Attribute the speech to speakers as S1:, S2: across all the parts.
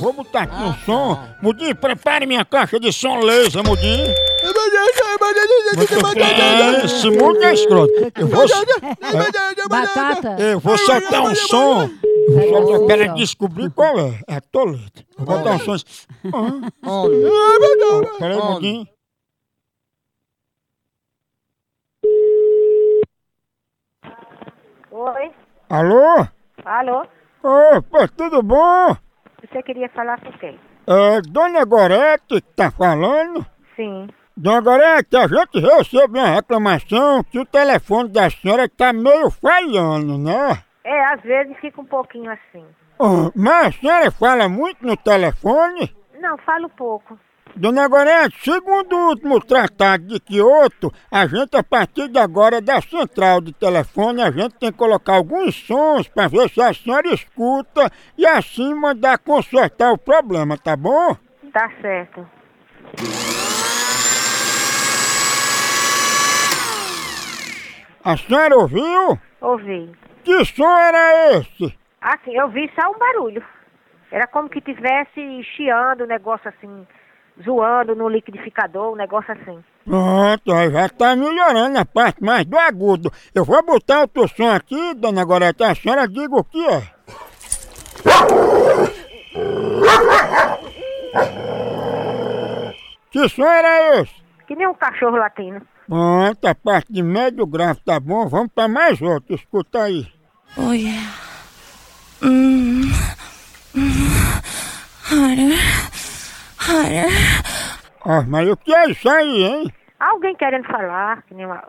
S1: vou botar aqui um som. Mudinho, prepare minha caixa de som laser, Mudinho. É, Esse mundo é escroto. Eu vou,
S2: Batata.
S1: eu vou soltar um som.
S2: Peraí,
S1: Só
S2: ó.
S1: pra ela descobrir qual é. É a toleta. Vou botar um som. Ah, Peraí, Mudinho.
S3: Oi,
S1: Alô?
S3: alô?
S1: Opa, tudo bom?
S3: Você queria falar com quem?
S1: É Dona Gorete que tá falando.
S3: Sim.
S1: Dona Gorete, a gente recebeu uma reclamação que o telefone da senhora tá meio falhando, né?
S3: É, às vezes fica um pouquinho assim.
S1: Ah, mas a senhora fala muito no telefone?
S3: Não, falo pouco.
S1: Dona Gorete, segundo o último tratado de Kyoto, a gente a partir de agora da central de telefone, a gente tem que colocar alguns sons para ver se a senhora escuta e assim mandar consertar o problema, tá bom?
S3: Tá certo.
S1: A senhora ouviu?
S3: Ouvi.
S1: Que som era esse?
S3: Assim, eu vi só um barulho. Era como que tivesse chiando, um negócio assim, zoando no liquidificador, um negócio assim.
S1: Pronto, aí já tá melhorando a parte mais do agudo. Eu vou botar outro som aqui, dona Goreta, a senhora diga o que é. Que som era esse?
S3: Que nem um cachorro latino.
S1: Pronto, a parte de médio grave tá bom, vamos pra mais outro, escuta aí.
S4: Oh yeah. Mm. Harder. Harder.
S1: Ah, mas o que é isso aí, hein?
S3: Alguém querendo falar, que nem uma,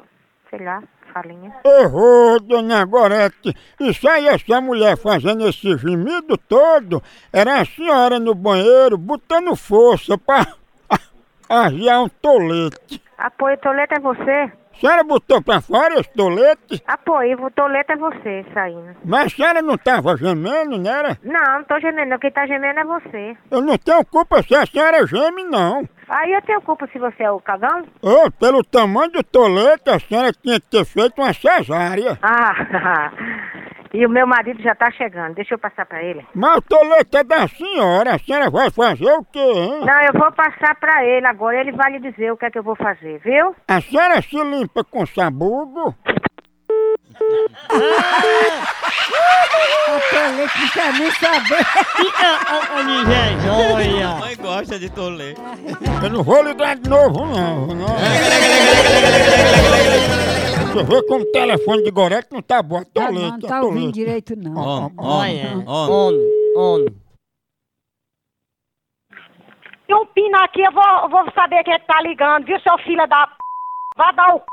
S3: sei lá, falinha.
S1: Errou, dona Gorete. Isso aí, essa mulher fazendo esse gemido todo, era a senhora no banheiro botando força pra arriar um tolete.
S3: Apoio, Toledo é você?
S1: A senhora botou pra fora esse tolete,
S3: Apoio, Toledo é você saindo.
S1: mas a senhora não tava gemendo, né? era?
S3: Não, não tô gemendo, não. quem tá gemendo é você.
S1: Eu não tenho culpa se a senhora geme, não.
S3: Aí eu tenho culpa se você é o cagão?
S1: Ô, pelo tamanho do tolete, a senhora tinha que ter feito uma cesárea.
S3: Ah, e o meu marido já tá chegando. Deixa eu passar pra ele.
S1: Mas o tolete é da senhora, a senhora vai fazer o quê, hein?
S3: Não, eu vou passar pra ele agora. Ele vai lhe dizer o que é que eu vou fazer, viu?
S1: A senhora se limpa com sabugo?
S2: não quer nem saber.
S5: Mãe gosta de tolê.
S1: Eu não vou lhe dar de novo, não. não. Você vê como o telefone de Gorete não tá bom.
S2: Tá,
S1: Tô
S2: não,
S1: lento,
S2: não tá
S1: tô
S2: ouvindo
S1: lento.
S2: direito, não.
S5: On,
S6: Olha.
S5: on, on.
S3: Tem um pino aqui, eu vou, vou saber quem é que tá ligando, viu, seu filho da p. Vá dar o c...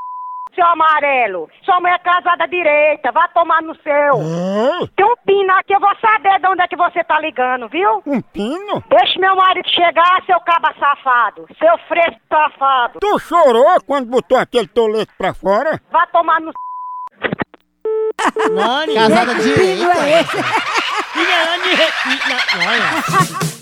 S3: seu amarelo. Sua mãe é casada direita, vá tomar no seu.
S1: Ei,
S3: Tem um pino aqui, eu vou saber de onde é que você tá ligando, viu?
S1: um pino?
S3: Deixa meu marido chegar, seu caba safado. Seu fresco safado.
S1: Tu chorou quando botou aquele tolete pra fora?
S3: Vá tomar no c...
S6: Casada direita.
S2: Não é esse.
S6: Olha.